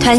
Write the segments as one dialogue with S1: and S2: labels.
S1: 传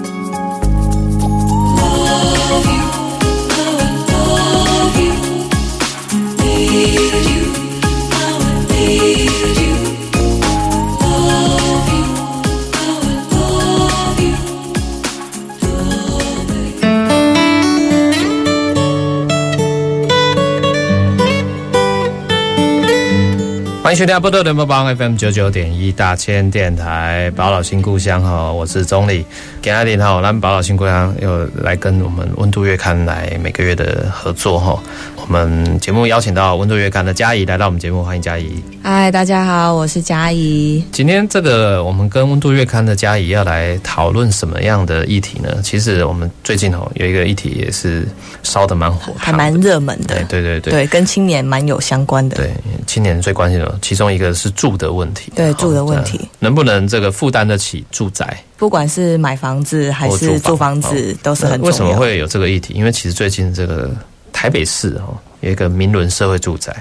S2: 欢迎收听波特联播帮 FM 九九点一大千电台宝岛新故乡哈，我是钟理。给阿林哈，我们宝岛新故乡又来跟我们温度月刊来每个月的合作哈。我们节目邀请到温度月刊的嘉怡来到我们节目，欢迎嘉怡。
S3: 嗨，大家好，我是佳怡。
S2: 今天这个我们跟温度月刊的嘉怡要来讨论什么样的议题呢？其实我们最近哦有一个议题也是烧的蛮火，
S3: 还蛮热门的
S2: 对，对对对
S3: 对，跟青年蛮有相关的。
S2: 对，青年最关心的，其中一个是住的问题。
S3: 对
S2: 哦
S3: 住的问题
S2: 对能不能这个负担得起住宅？
S3: 不管是买房子还
S2: 或
S3: 是
S2: 租
S3: 租
S2: 房哦
S3: 房子，都是
S2: 那
S3: 很重要。
S2: 为什么会有这个议题？因为其实最近这个台北市哦，有一个民伦社会住宅，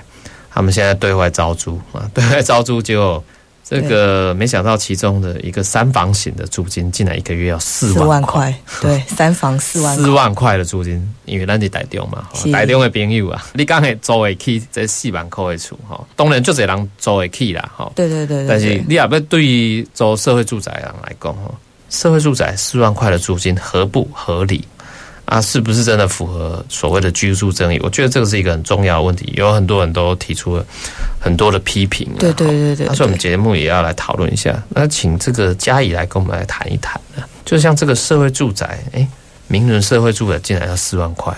S2: 他们现在对外招租啊， 对外招租就这个没想到其中的一个三房型的租金，竟然一个月要四
S3: 四
S2: 万
S3: 万
S2: 块
S3: 块？。 对，三房四万
S2: 四
S3: 块。
S2: 万块的租金，因为咱是台中嘛，吼
S3: 是
S2: 台中的朋友啊，你刚才租会起这四万块的厝吼，当然就这人租会起啦哦吼。
S3: 对对对对
S2: 但是
S3: 对，
S2: 你也不对于做社会住宅人来讲吼，社会住宅四万块的租金合不合理啊？是不是真的符合所谓的居住正义？我觉得这个是一个很重要的问题，有很多人都提出了很多的批评啊。
S3: 对对对对
S2: 那
S3: 对
S2: 所以我们
S3: 对。
S2: 节目也要来讨论一下。那请这个嘉怡来跟我们来谈一谈啊，就像这个社会住宅，哎、名人社会住宅竟然要四万块，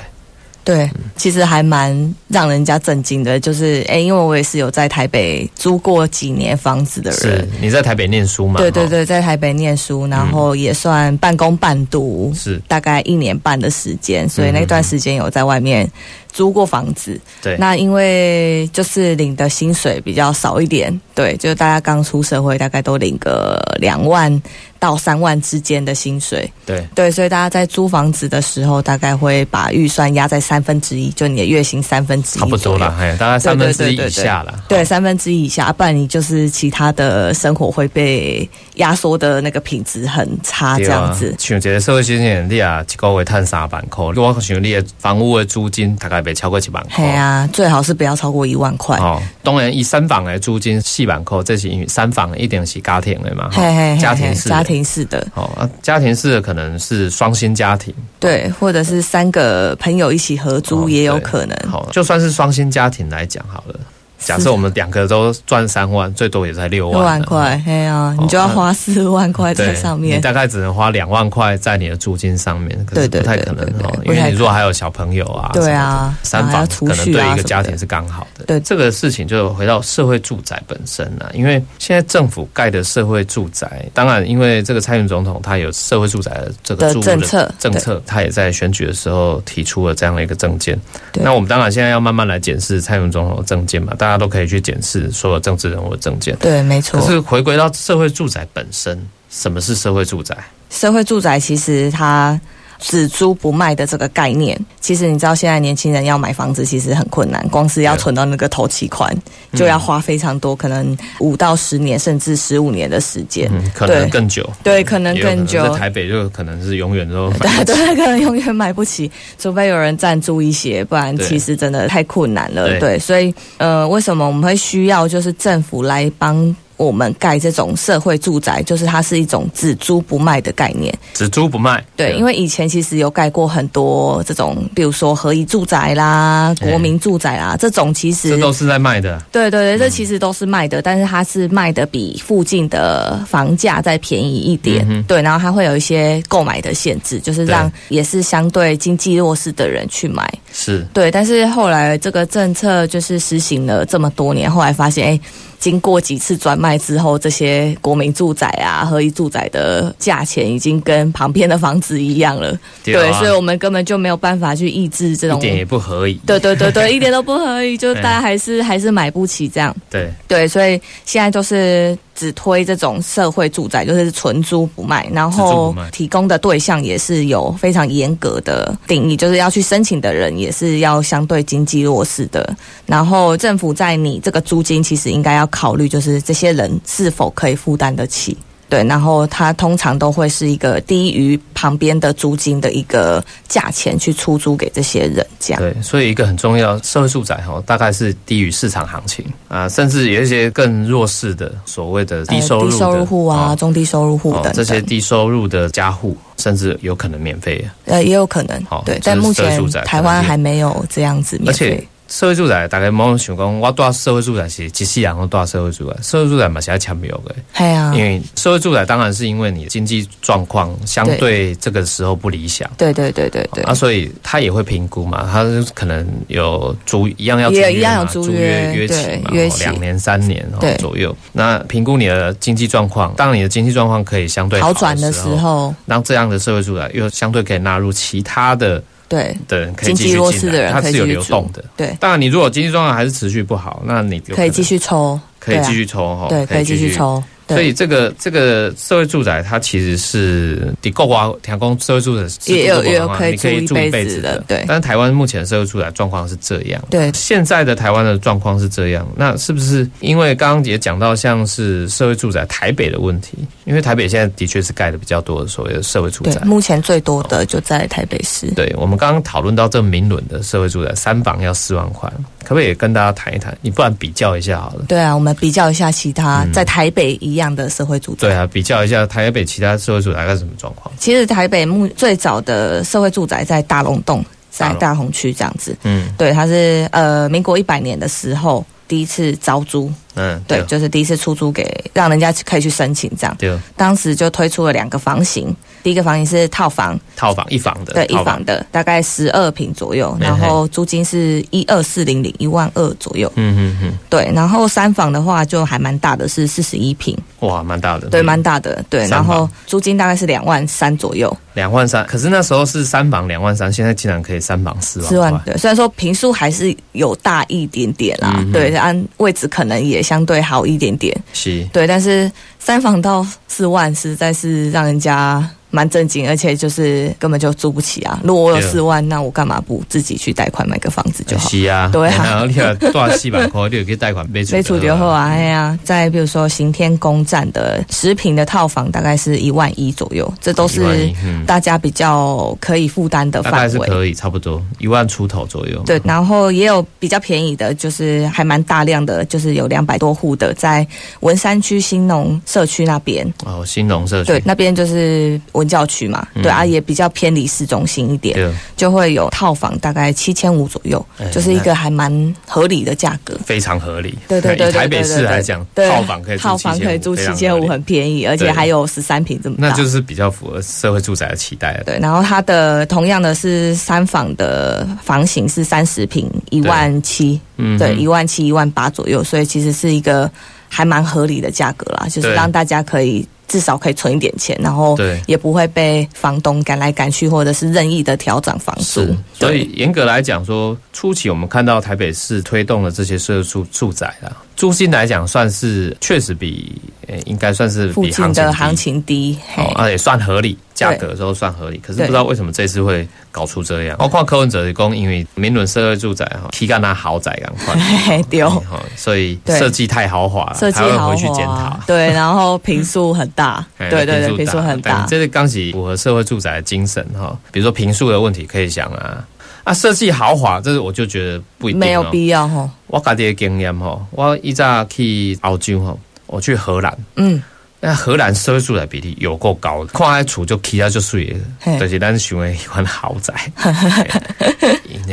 S3: 对，
S2: 嗯
S3: 其实还蛮让人家震惊的，就是哎，因为我也是有在台北租过几年房子的
S2: 是嗯
S3: 人。
S2: 你在台北念书嘛？
S3: 对对
S2: 吼，
S3: 对，在台北念书，然后也算半工半读，
S2: 是
S3: 大概一年半的时间，所以
S2: 嗯
S3: 那段时间有在外面租过房子。
S2: 对，
S3: 那因为就是领的薪水比较少一点，对，就是大家刚出社会，大概都领个两万到三万之间的薪水，
S2: 对
S3: 对，所以大家在租房子的时候，大概会把预算压在三分之一，就你的月薪三分之一，
S2: 差不多啦，。哎，大概三分之一以下啦。
S3: 对，三分之一以下，不然你就是其他的生活会被压缩的那个品质很差，这
S2: 对啊
S3: 样子。
S2: 像一个社会新鲜人，你啊一个月赚三万块，我想你的房屋的租金大概袂超过一万
S3: 嘿
S2: 块。
S3: 啊，最好是不要超过一万块。
S2: 哦，当然以三房的租金四万块，这是因为三房的一定是家庭的嘛，
S3: 嘿
S2: 吼
S3: 嘿嘿嘿，
S2: 家庭式的
S3: 家庭式的，
S2: 哦，啊，家庭式的可能是双薪家庭，
S3: 对，或者是三个朋友一起合
S2: 哦
S3: 租也有可能。
S2: 好，哦就算是双薪家庭来讲好了，假设我们两个都赚三万，最多也才六
S3: 六
S2: 万，啊
S3: 万，块，哎呀，你就要花四万块在
S2: 对，
S3: 上
S2: 你
S3: 面。
S2: 大概只能花两万块在你的租金上面，可是
S3: 对对
S2: 不太
S3: 对
S2: 可能
S3: 对对
S2: 哦，因为
S3: 不太可
S2: 你
S3: 能
S2: 如果还有小朋友啊，
S3: 对啊
S2: 什么的三
S3: 然后还
S2: 房
S3: 要储
S2: 可能
S3: 蓄
S2: 对
S3: 啊
S2: 一个
S3: 什么
S2: 家
S3: 的
S2: 庭是刚好的。
S3: 对
S2: 这个事情就回到社会住宅本身了、因为现在政府盖的社会住宅，当然因为这个蔡英文总统他有社会住宅的这个
S3: 的
S2: 住入
S3: 政
S2: 的
S3: 策
S2: 政策，他也在选举的时候提出了这样的一个政见。
S3: 对
S2: 那我们当然现在要慢慢来检视蔡英文总统的政见嘛，大家都可以去检视所有政治人物的政见。
S3: 对，没错
S2: 可。是回归到社会住宅本身，什么是社会住宅？
S3: 社会住宅其实它只租不卖的这个概念，其实你知道现在年轻人要买房子其实很困难，光是要
S2: 对
S3: 存到那个头期款
S2: 嗯
S3: 就要花非常多，可能五到十年甚至十五年的时间。
S2: 嗯，可能
S3: 对
S2: 更久。
S3: 对，可能
S2: 也有
S3: 更久
S2: 可。能在台北就可能是永远都买
S3: 啊对对，可能永远买不起，除非有人赞助一些，不然
S2: 对
S3: 其实真的太困难了。
S2: 对
S3: 对，所以呃，为什么我们会需要就是政府来帮我们盖这种社会住宅？就是它是一种只租不卖的概念。
S2: 只租不卖。
S3: 对，因为以前其实有盖过很多这种，比如说合一住宅啦、
S2: 嗯
S3: 国民住宅啦，这种其实
S2: 这都是在卖的。
S3: 对对对，这其实都是卖的，但是它是卖的比附近的房价再便宜一点，
S2: 嗯哼
S3: 对，然后它会有一些购买的限制，就是让也是相对经济弱势的人去买，
S2: 是
S3: 对。但是后来这个政策就是实行了这么多年，后来发现，哎，经过几次转卖之后，这些国民住宅啊、合一住宅的价钱已经跟旁边的房子一样了，
S2: 对啊
S3: 所以我们根本就没有办法去抑制这
S2: 一
S3: 种。
S2: 点也不合理。
S3: 对对对对，一点都不合理，就
S2: 对
S3: 大家还是还是买不起这样。
S2: 对
S3: 对，所以现在就是只推这种社会住宅，就是纯租不卖，然
S2: 只租不
S3: 后
S2: 卖
S3: 提供的对象也是有非常严格的定义，就是要去申请的人也是要相对经济弱势的。然后政府在你这个租金，其实应该要考虑，就是这些人是否可以负担得起。对，然后它通常都会是一个低于旁边的租金的一个价钱去出租给这些人，这样。
S2: 对，所以一个很重要社会住宅哈，大概是低于市场行情啊，甚至有一些更弱势的所谓的低
S3: 呃
S2: 收入的、
S3: 低收入户啊、
S2: 哦
S3: 中低收入户等
S2: 哦
S3: 等、
S2: 这些低收入的家户，甚至有可能免费。
S3: 呃也有可能
S2: 好，
S3: 对
S2: 这，
S3: 但
S2: 是
S3: 目
S2: 社会
S3: 前
S2: 住宅
S3: 台
S2: 可能
S3: 湾
S2: 也
S3: 还没有这样子免
S2: 而
S3: 费
S2: 且。社会住宅大概某想讲，我住社会住宅是一世人都住社会住宅，社会住宅嘛是要签约的，
S3: 哎呀，
S2: 因为社会住宅当然是因为你经济状况相对这个时候不理想。
S3: 对对对对对
S2: 啊，，所以他也会评估嘛，他可能有租一样要租约
S3: 也
S2: 嘛
S3: 一样有租
S2: 租
S3: 约
S2: 约
S3: 对
S2: 期嘛，
S3: 约
S2: 哦
S3: 期
S2: 两年三年
S3: 对
S2: 哦左右。那评估你的经济状况，当你的经济状况可以相对
S3: 好
S2: 好
S3: 转的
S2: 的
S3: 时，候，
S2: 让这样的社会住宅又相对可以纳入其他的
S3: 对
S2: 的人可以继
S3: 经济
S2: 续
S3: 弱势
S2: 进
S3: 的
S2: 来，
S3: 人
S2: 它
S3: 可以
S2: 是有
S3: 继续
S2: 流动的。
S3: 对，
S2: 当然，你如果经济状况还是持续不好，那你有
S3: 可以
S2: 能
S3: 继续抽，
S2: 可
S3: 对
S2: 以
S3: 啊
S2: 继续抽哈，
S3: 对，可以继续。抽，
S2: 所以
S3: 对，
S2: 这个这个社会住宅，它其实是你够啊，提供社会住宅是
S3: 也有
S2: 住过的
S3: 也有
S2: 话
S3: 可以
S2: 你可
S3: 住
S2: 以
S3: 一
S2: 住
S3: 辈
S2: 一辈
S3: 子
S2: 子
S3: 的
S2: 的。
S3: 对
S2: 但是台湾目前的社会住宅状况是这样。
S3: 对
S2: 现在的台湾的状况是这样，那是不是因为刚刚也讲到像是社会住宅台北的问题？因为台北现在的确是盖的比较多的所谓的社会住
S3: 对
S2: 宅，。
S3: 目前最多的就在台北市。
S2: 对，我们刚刚讨论到这明伦的社会住宅，三房要四万块，可不可以也跟大家谈一谈？你不然比较一下好了。
S3: 对啊，我们比较一下其他在台北一样的社会住
S2: 嗯
S3: 宅
S2: 对。啊，比较一下台北其他社会住宅大概是什么状况？
S3: 其实台北目最早的社会住宅在大龙洞，在
S2: 大龙
S3: 大同区这样子。
S2: 嗯
S3: 对，它是呃民国一百年的时候第一次招租，
S2: 嗯，
S3: 对，就是第一次出租给让人家去可以去申请这样。
S2: 对，
S3: 当时就推出了两个房型，第一个房型是套房，
S2: 套房一房的，
S3: 对，一
S2: 套
S3: 房的大概十二平左右，
S2: 嘿
S3: 然后租金是一二四零零一万二左右，
S2: 嗯嗯
S3: 对，然后三房的话就还蛮大的，是四十一平，
S2: 嗯，哇，蛮大的，
S3: 对，蛮大的，对，
S2: 三
S3: 然
S2: 房
S3: 后租金大概是两万三左右，
S2: 两万三，可是那时候是三房两万三，现在竟然可以三房四
S3: 四
S2: 万
S3: 万
S2: 块，
S3: 对，虽然说平数还是有大一点点啦，
S2: 嗯哼
S3: 对，按位置可能也相对好一点点，
S2: 是，
S3: 对，但是三房到四万实在是让人家蛮震惊，而且就是根本就租不起啊！如果我有
S2: 对啊
S3: 四万，那我干嘛不自己去贷款买个房子就好？
S2: 是啊，
S3: 对啊
S2: 然后你啊多少四百块，你就可以贷款买出，
S3: 所以出就后，啊，哎呀，再比如说行天宫站的十平的套房，大概是一万一左右，这都
S2: 一万
S3: 是
S2: 一嗯
S3: 大家比较可以负担的
S2: 大概
S3: 范
S2: 是
S3: 围。
S2: 可以，差不多一万出头左右，
S3: 对，然后也有比较便宜的，就是还蛮大量的，就是有两百多户的，在文山区新农社区那边，
S2: 哦，新农社区
S3: 对，，那边就是文教区嘛，对啊，也比较偏离市中心一点，
S2: 嗯对，
S3: 就会有套房，大概七千五左右，
S2: 哎
S3: 就是一个还蛮合理的价格。
S2: 非常合理。
S3: 对对对对
S2: 以台北
S3: 对
S2: 市
S3: 对对
S2: 来讲，
S3: 对
S2: 套房可以
S3: 套房可以租七
S2: 7500
S3: 千五，，很便宜，而且
S2: 对
S3: 还有十三平这么大。
S2: 那就是比较符合社会住宅的期待了。
S3: 对，然后它的同样的是三房的房型是三十平，一万七，
S2: 嗯
S3: 对，一万七一万八左右，所以其实是一个还蛮合理的价格啦，就是
S2: 对
S3: 让大家可以至少可以存一点钱，然后
S2: 对
S3: 也不会被房东赶来赶去，或者是任意的调涨房租
S2: 是，，所以
S3: 对
S2: 严格来讲说，初期我们看到台北市推动的这些社住住宅啦，租金来讲算是确实比，呃、应该算是
S3: 附
S2: 比行
S3: 近
S2: 情
S3: 的
S2: 低
S3: 行情低，嘿
S2: 哦，而且算合理，价格都算合理。可是
S3: 对
S2: 不知道为什么这次会搞出这样，包括柯文哲也讲，因为民伦社会住宅 哈，提干那豪宅赶快，
S3: 嘿丢。
S2: 哦所以
S3: 对
S2: 设计太豪华了，
S3: 设计
S2: 啊他会
S3: 豪
S2: 回去检
S3: 华
S2: 讨
S3: 啊，。对，然后平数很大，
S2: 哎
S3: 对对对，平数很
S2: 但
S3: 大，
S2: 这是哦刚起符合社会住宅的精神哈。比如说平数的问题可以想啊，啊设计豪华，这是我就觉得不一定、哦。
S3: 没有必要吼，
S2: 我家己的经验吼，我以前去澳洲吼，我去荷兰，
S3: 嗯。
S2: 那荷兰社会住宅比例有够高的，看那厝就起啊就水
S3: 嘿
S2: 了，就是咱想的一款豪 宅。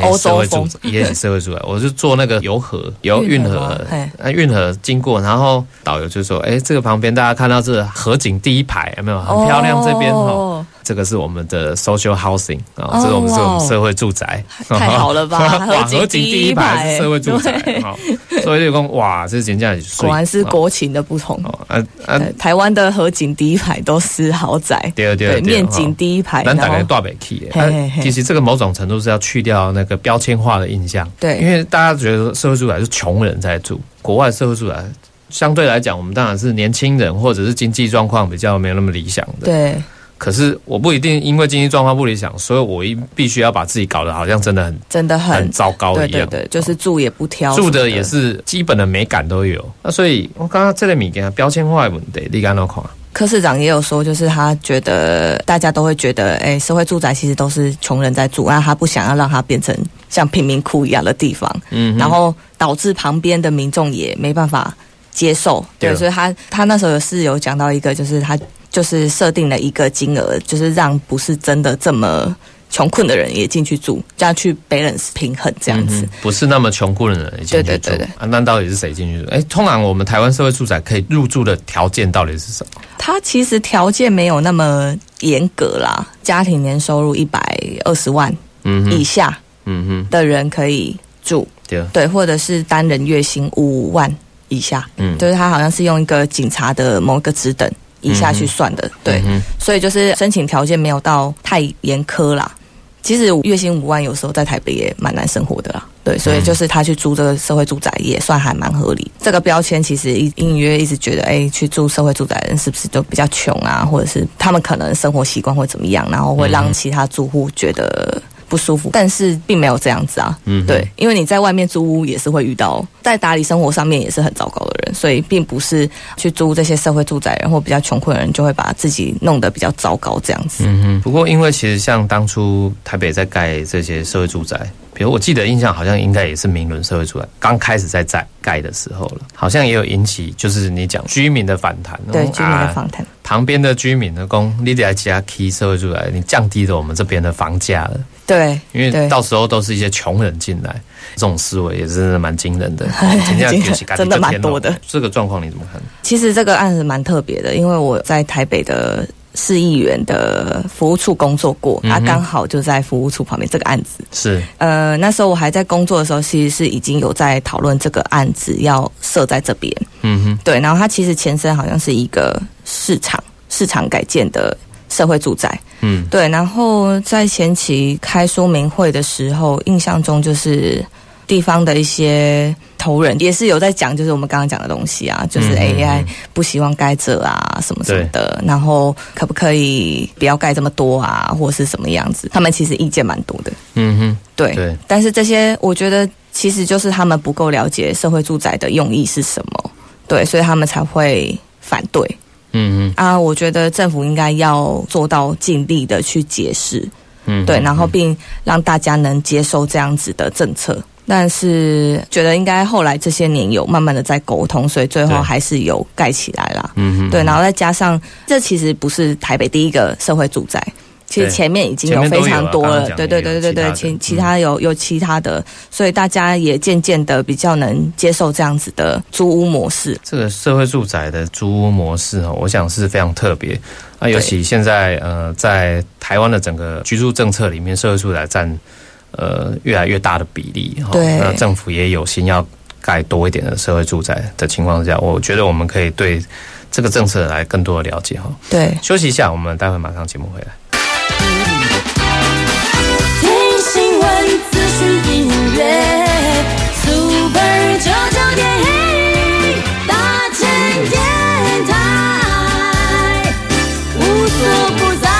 S3: 欧洲
S2: 社会住
S3: 风
S2: 宅， 也是社会住宅。我就坐那个游河，游
S3: 运
S2: 运
S3: 河
S2: 河
S3: 吗嘿，
S2: 那运河经过，然后导游就说：“哎，这个旁边大家看到这河景第一排有没有？很漂亮，这边吼，
S3: 哦，
S2: 这个是我们的 social housing 啊，
S3: 哦
S2: 这是我们是我
S3: 哇哦
S2: 们社会住宅。”
S3: 太好了吧？
S2: 哇，
S3: 景
S2: 河景第一排
S3: 欸
S2: 是社会住宅
S3: 对，
S2: 哦所以就讲哇，这人家
S3: 果然是国情的不同。
S2: 哦啊啊，
S3: 对台湾的河景第一排都是豪宅，
S2: 对对对，
S3: 面
S2: 哦
S3: 景第一排，
S2: 咱大概
S3: 然后
S2: 大北去的，
S3: 嘿嘿嘿
S2: 啊其实这个某种程度是要去掉那个标签化的印象，
S3: 对
S2: 因为大家觉得社会住宅是穷人在住，国外社会住宅相对来讲，我们当然是年轻人或者是经济状况比较没有那么理想的。
S3: 对，
S2: 可是我不一定因为经济状况不理想，所以我一必须要把自己搞得好像真的很
S3: 真的很
S2: 很糟糕
S3: 对
S2: 一
S3: 对
S2: 样。哦
S3: 对，就是住也不挑，
S2: 住
S3: 什么
S2: 的也。是基本的美感都有。那所以我刚刚这类物件标签化的问题，你敢怎么看？啊
S3: 柯市长也有说，就是他觉得大家都会觉得，哎、社会住宅其实都是穷人在住，那他不想要让它变成像贫民窟一样的地方，
S2: 嗯哼
S3: 然后导致旁边的民众也没办法接受。
S2: 对
S3: 对，所以他他那时候是有讲到一个，就是他就是设定了一个金额，就是让不是真的这么穷困的人也进去住，这样去 balance 平衡这样子。
S2: 嗯哼不是那么穷困的人进去住，
S3: 对对对对
S2: 啊，那到底是谁进去住？哎，通常我们台湾社会住宅可以入住的条件到底是什么？
S3: 他其实条件没有那么严格啦，家庭年收入一百二十万
S2: 嗯
S3: 以
S2: 哼，
S3: 下
S2: 嗯哼，
S3: 的人可以住，
S2: 对，
S3: 对，或者是单人月薪五万以下，
S2: 嗯，
S3: 就是他好像是用一个警察的某个职等以下去算的，对
S2: 嗯，哼，
S3: 所以就是申请条件没有到太严苛啦。其实月薪五万有时候在台北也蛮难生活的啦，对，所
S2: 嗯
S3: 以就是他去租这个社会住宅也算还蛮合理。这个标签其实隐隐约约一直觉得，哎，去住社会住宅的人是不是就比较穷啊，或者是他们可能生活习惯会怎么样，然后会让其他住户觉得不舒服，但是并没有这样子啊。
S2: 嗯哼
S3: 对，，因为你在外面租屋也是会遇到，在打理生活上面也是很糟糕的人，所以并不是去租这些社会住宅人或比较穷困的人就会把自己弄得比较糟糕这样子。
S2: 嗯哼。不过因为其实像当初台北在盖这些社会住宅，比如我记得印象好像应该也是明伦社会住宅刚开始在在盖的时候了，好像也有引起就是你讲居民的反弹，
S3: 对
S2: 嗯
S3: 居民的
S2: 啊
S3: 访谈，
S2: 旁边的居民的工，你得来加 key 社会住宅，你降低了我们这边的房价了，
S3: 对，
S2: 因为
S3: 对
S2: 到时候都是一些穷人进来，这种思维也真的蛮惊 人的，真的
S3: 惊人真的蛮多的。
S2: 这个状况你怎么看？
S3: 其实这个案子蛮特别的，因为我在台北的市议员的服务处工作过，
S2: 嗯
S3: 啊，
S2: 哼
S3: 刚好就在服务处旁边这个案子。
S2: 是，
S3: 呃，那时候我还在工作的时候，其实是已经有在讨论这个案子要设在这边。
S2: 嗯哼，
S3: 对，然后它其实前身好像是一个市场市场改建的社会住宅。
S2: 嗯
S3: 对，然后在前期开说明会的时候，印象中就是地方的一些头人也是有在讲，就是我们刚刚讲的东西啊，就是
S2: 嗯嗯
S3: AI
S2: 嗯
S3: 不希望盖这啊什么什么
S2: 对
S3: 的，然后可不可以不要盖这么多啊，或是什么样子？他们其实意见蛮多的。
S2: 嗯哼，
S3: 对，
S2: 对
S3: 但是这些我觉得其实就是他们不够了解社会住宅的用意是什么，对，所以他们才会反对
S2: 嗯哼，
S3: 啊。我觉得政府应该要做到尽力的去解释，
S2: 嗯哼，
S3: 对，然后并让大家能接受这样子的政策。但是觉得应该后来这些年有慢慢的在沟通，所以最
S2: 对
S3: 后还是有盖起来啦。
S2: 嗯哼，
S3: 对，然后再加上这其实不是台北第一个社会住宅，其实
S2: 对
S3: 前面已经
S2: 前
S3: 有
S2: 面都
S3: 非
S2: 有啊
S3: 常多
S2: 刚刚
S3: 了，
S2: 讲
S3: 对
S2: 的
S3: 对
S2: 也有
S3: 对对
S2: 其他
S3: 对，
S2: 的
S3: 其其
S2: 嗯
S3: 他有有其他的，所以大家也渐渐的比较能接受这样子的租屋模式。
S2: 这个社会住宅的租屋模式哦，我想是非常特别。那尤其现在呃，在台湾的整个居住政策里面，社会住宅占呃越来越大的比例哈。
S3: 对
S2: 那政府也有心要盖多一点的社会住宅的情况下，我觉得我们可以对这个政策来更多的了解哈。
S3: 对，
S2: 休息一下，我们待会马上节目回来。
S4: 听新闻、资讯、音乐，Super 九九点一，大千电台，无所不在。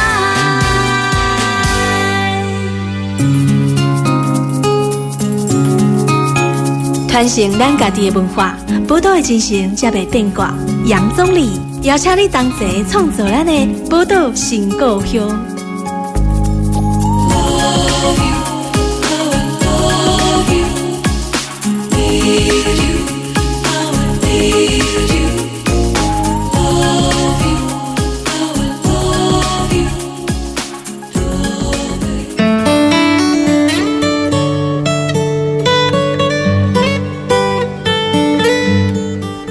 S1: 传承咱家己的文化，宝岛的精神才袂变卦。杨总理邀请你同齐创造咱的宝岛新故乡。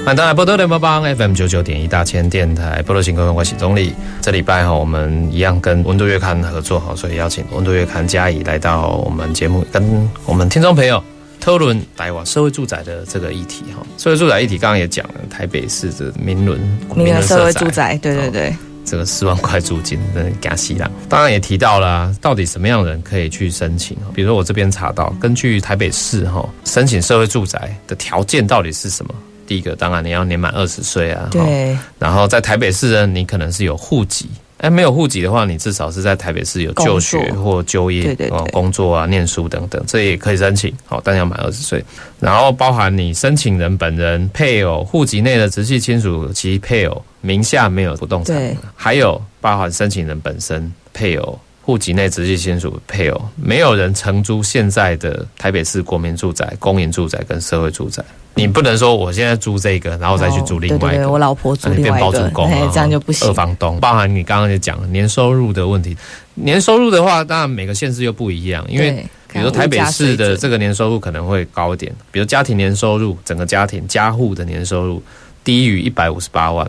S2: 欢迎大家波多联播帮 FM 九九点一大千电台波多行客我是总理。这礼拜哈，我们一样跟温度月刊合作哈，所以邀请温度月刊嘉怡来到我们节目，跟我们听众朋友讨论台湾社会住宅的这个议题哈。社会住宅议题刚刚也讲了，台北市的民伦
S3: 民
S2: 伦
S3: 人社会
S2: 宅
S3: 住宅，对对对，
S2: 这个四万块租金真的加西啦。当然也提到了啊、到底什么样的人可以去申请？哦比如说我这边查到，根据台北市哈、申请社会住宅的条件到底是什么？第一个当然你要年满二十岁啊，齁
S3: 对，
S2: 然后在台北市呢，你可能是有户籍，哎，没有户籍的话，你至少是在台北市有就学
S3: 工作
S2: 或就业，
S3: 对对对
S2: 哦工作啊、念书等等，这也可以申请。好、但要满二十岁，然后包含你申请人本人、配偶、户籍内的直系亲属及配偶名下没有不动产
S3: 对，
S2: 还有包含申请人本身、配偶。户籍内直系亲属配偶没有人承租现在的台北市国民住宅、公营住宅跟社会住宅，你不能说我现在租这个，然后再去租另外一个。
S3: 哦对对对，我老婆租
S2: 那你
S3: 另
S2: 变
S3: 外
S2: 包
S3: 一
S2: 租
S3: 个，
S2: 公啊
S3: 嘿，这样就不行
S2: 二。房东，包含你刚刚也讲了年收入的问题，年收入的话，当然每个县市又不一样，因为
S3: 对
S2: 比如说台北市的这个年收入可能会高一点，比如家庭年收入，整个家庭家户的年收入低于一百五十八万，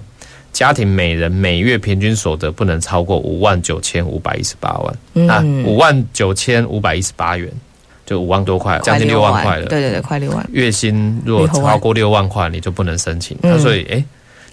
S2: 家庭每人每月平均所得不能超过五万九千五百一十八万，
S3: 嗯
S2: 啊，五万九千五百一十八元，就五万多块，
S3: 快
S2: 将近六万块了，
S3: 对对对，快六万。
S2: 月薪如果超过六万块，你就不能申请。那、
S3: 嗯
S2: 所以，哎、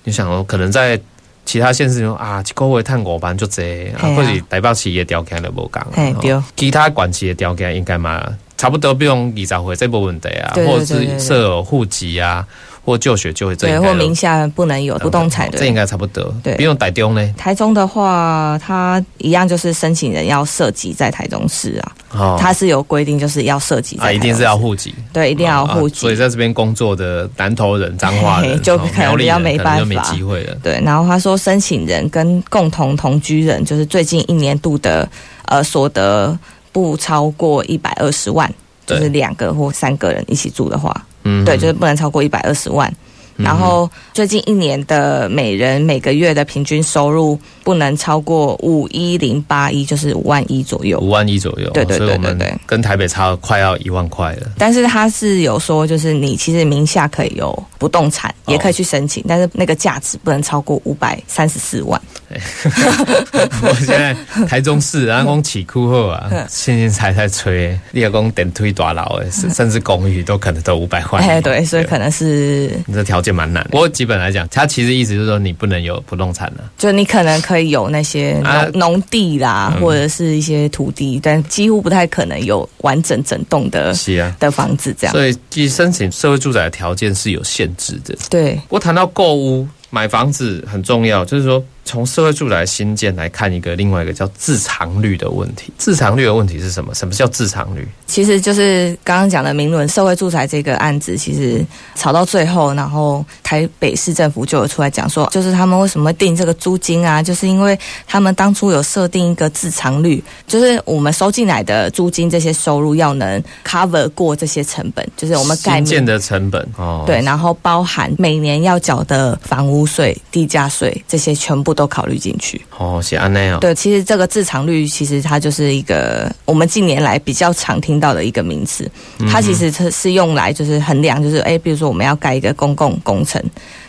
S2: 你想哦，可能在其他县市中啊，一个月探五万就这，啊
S3: 嘿啊
S2: 或者台北市的条件都无
S3: 嘿
S2: 讲，啊哦
S3: 对
S2: 其他管区的条件应该嘛，差不多不用二十岁这没问题啊，
S3: 对对
S2: 或者
S3: 对对
S2: 是
S3: 对
S2: 设有户籍啊，或就学就业，这
S3: 对，
S2: 应
S3: 或
S2: 该都
S3: 名下不能有不动产
S2: 哦这应
S3: 的。
S2: 该差不多，
S3: 对
S2: 不用台中呢，
S3: 台中的话，它一样就是申请人要涉及在台中市啊，
S2: 哦
S3: 它是有规定，就是要涉及在
S2: 啊，
S3: 台中市
S2: 一定是要户籍，
S3: 对，一定要有户
S2: 啊所以
S3: 籍。
S2: 在这边工作的南投人、彰化
S3: 嘿
S2: 人
S3: 嘿、就
S2: 哦
S3: 可能
S2: 苗栗
S3: 比较
S2: 人
S3: 没
S2: 可能就没
S3: 办法
S2: 机会了。
S3: 对，然后他说，申请人跟共同同居人，就是最近一年度的呃所得不超过一百二十万，就
S2: 对
S3: 是两个或三个人一起住的话，
S2: 嗯，
S3: 对，就是不能超过一百二十万。然后最近一年的每人每个月的平均收入不能超过五一零八一，就是五万一左右
S2: 五。万一左右，
S3: 对对
S2: 所以
S3: 对
S2: 我
S3: 对
S2: 们
S3: 对
S2: 跟台北差快要一万 块哦了。
S3: 但是他是有说，就是你其实名下可以有不动产，
S2: 哦
S3: 也可以去申请，但是那个价值不能超过五百三十四万。
S2: 我现在台中市，然后讲起哭后 啊，
S3: 嗯
S2: 现现才在吹，你要讲点推大楼的，甚甚至公寓都可能都五百块。
S3: 哎，嗯 对，所以可能是
S2: 你这条件蛮难的。不过基本来讲，它其实意思就是说你不能有不动产啊了、
S3: 就你可能可以有那些
S2: 啊嗯
S3: 农农地啦，或者是一些土地，但几乎不太可能有完整整栋的
S2: 是啊，
S3: 的房子这样。
S2: 所以其实申请社会住宅的条件是有限制的。
S3: 对，
S2: 不过谈到购屋、买房子很重要，就是说从社会住宅新建来看一个另外一个叫自偿率的问题。自偿率的问题是什么？什么叫自偿率？
S3: 其实就是刚刚讲的明伦社会住宅这个案子，其实吵到最后，然后台北市政府就有出来讲说，就是他们为什么定这个租金啊，就是因为他们当初有设定一个自偿率，就是我们收进来的租金这些收入要能 cover 过这些成本，就是我们盖
S2: 新建
S3: 面。
S2: 的成本哦，
S3: 对，然后包含每年要缴的房屋税、地价税这些，全部都考虑进去。
S2: 哦，是安内哦，
S3: 对，其实这个自偿率其实它就是一个我们近年来比较常听到的一个名词，
S2: 嗯
S3: 它其实是是用来就是衡量，就是哎，比如说我们要盖一个公共工程，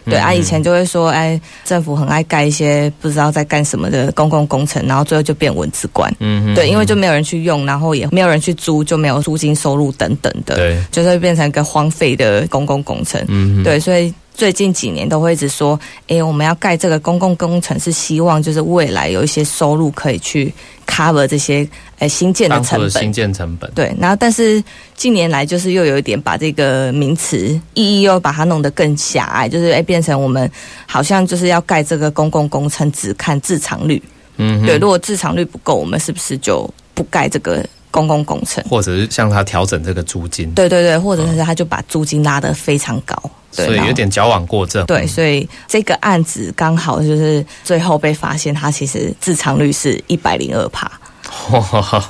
S2: 嗯
S3: 对啊，以前就会说哎，政府很爱盖一些不知道在干什么的公共工程，然后最后就变文字官，
S2: 嗯
S3: 对，因为就没有人去用，然后也没有人去租，就没有租金收入等等的，
S2: 对
S3: 就是会变成一个荒废的公共工程，
S2: 嗯，
S3: 对，所以最近几年都会一直说，诶、我们要盖这个公共工程，是希望就是未来有一些收入可以去 cover 这些诶、新建的
S2: 当初
S3: 成
S2: 的新
S3: 本。
S2: 建成本，
S3: 对，然后但是近年来就是又有一点把这个名词意义又把它弄得更狭隘，就是诶、变成我们好像就是要盖这个公共工程只看自偿率，
S2: 嗯哼
S3: 对，如果自偿率不够，我们是不是就不盖这个公共工程？
S2: 或者是向他调整这个租金，
S3: 对对对，或者是他就把租金拉得非常高，对，
S2: 所以
S3: 然后
S2: 有点矫枉过正，
S3: 对，
S2: 嗯
S3: 所以这个案子刚好就是最后被发现，它其实自偿率是一百零二帕。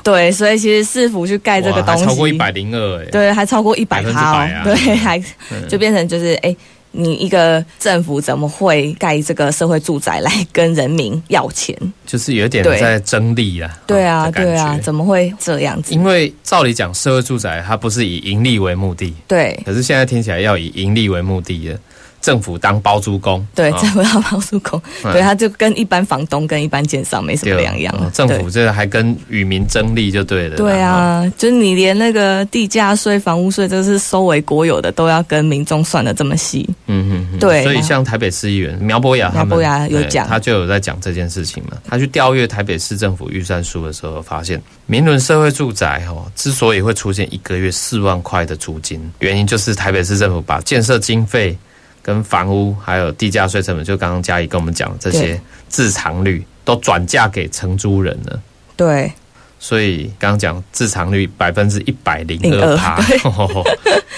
S3: 对，所以其实市府去盖这个
S2: 哇
S3: 东
S2: 还
S3: 西，
S2: 超过一百零二，哎，，
S3: 对，还超过一百帕
S2: 100%啊
S3: 哦，对，还就变成就是哎。你一个政府怎么会盖这个社会住宅来跟人民要钱？
S2: 就是有点
S3: 对
S2: 在争利啊，
S3: 对
S2: 的
S3: 啊，
S2: 哦感
S3: 对啊，
S2: 觉
S3: 怎么会这样子？
S2: 因为照理讲，社会住宅它不是以盈利为目的，
S3: 对
S2: 可是现在听起来要以盈利为目的的，政府当包租公，
S3: 对，
S2: 哦
S3: 政府要帮助工，
S2: 嗯
S3: 对，他就跟一般房东跟一般建商没什么
S2: 对
S3: 两样
S2: 哦
S3: 了。
S2: 政
S3: 对
S2: 府这还跟与民争利就对了，
S3: 对
S2: 哦，
S3: 啊，就是你连那个地价税、房屋税，就是收为国有的，都要跟民众算的这么细。
S2: 嗯哼哼，
S3: 对
S2: 所以
S3: 然后
S2: 像台北市议员苗博雅他们，
S3: 苗博雅有
S2: 对
S3: 讲
S2: 他就有在讲这件事情嘛。他去调阅台北市政府预算书的时候，发现民伦社会住宅哦，之所以会出现一个月四万块的租金，原因就是台北市政府把建设经费。跟房屋还有地价税成本，就刚刚嘉怡跟我们讲的这些
S3: 对
S2: 自偿率都转嫁给承租人了。
S3: 对，
S2: 所以刚刚讲自偿率百分之一百零二趴哦
S3: 02对，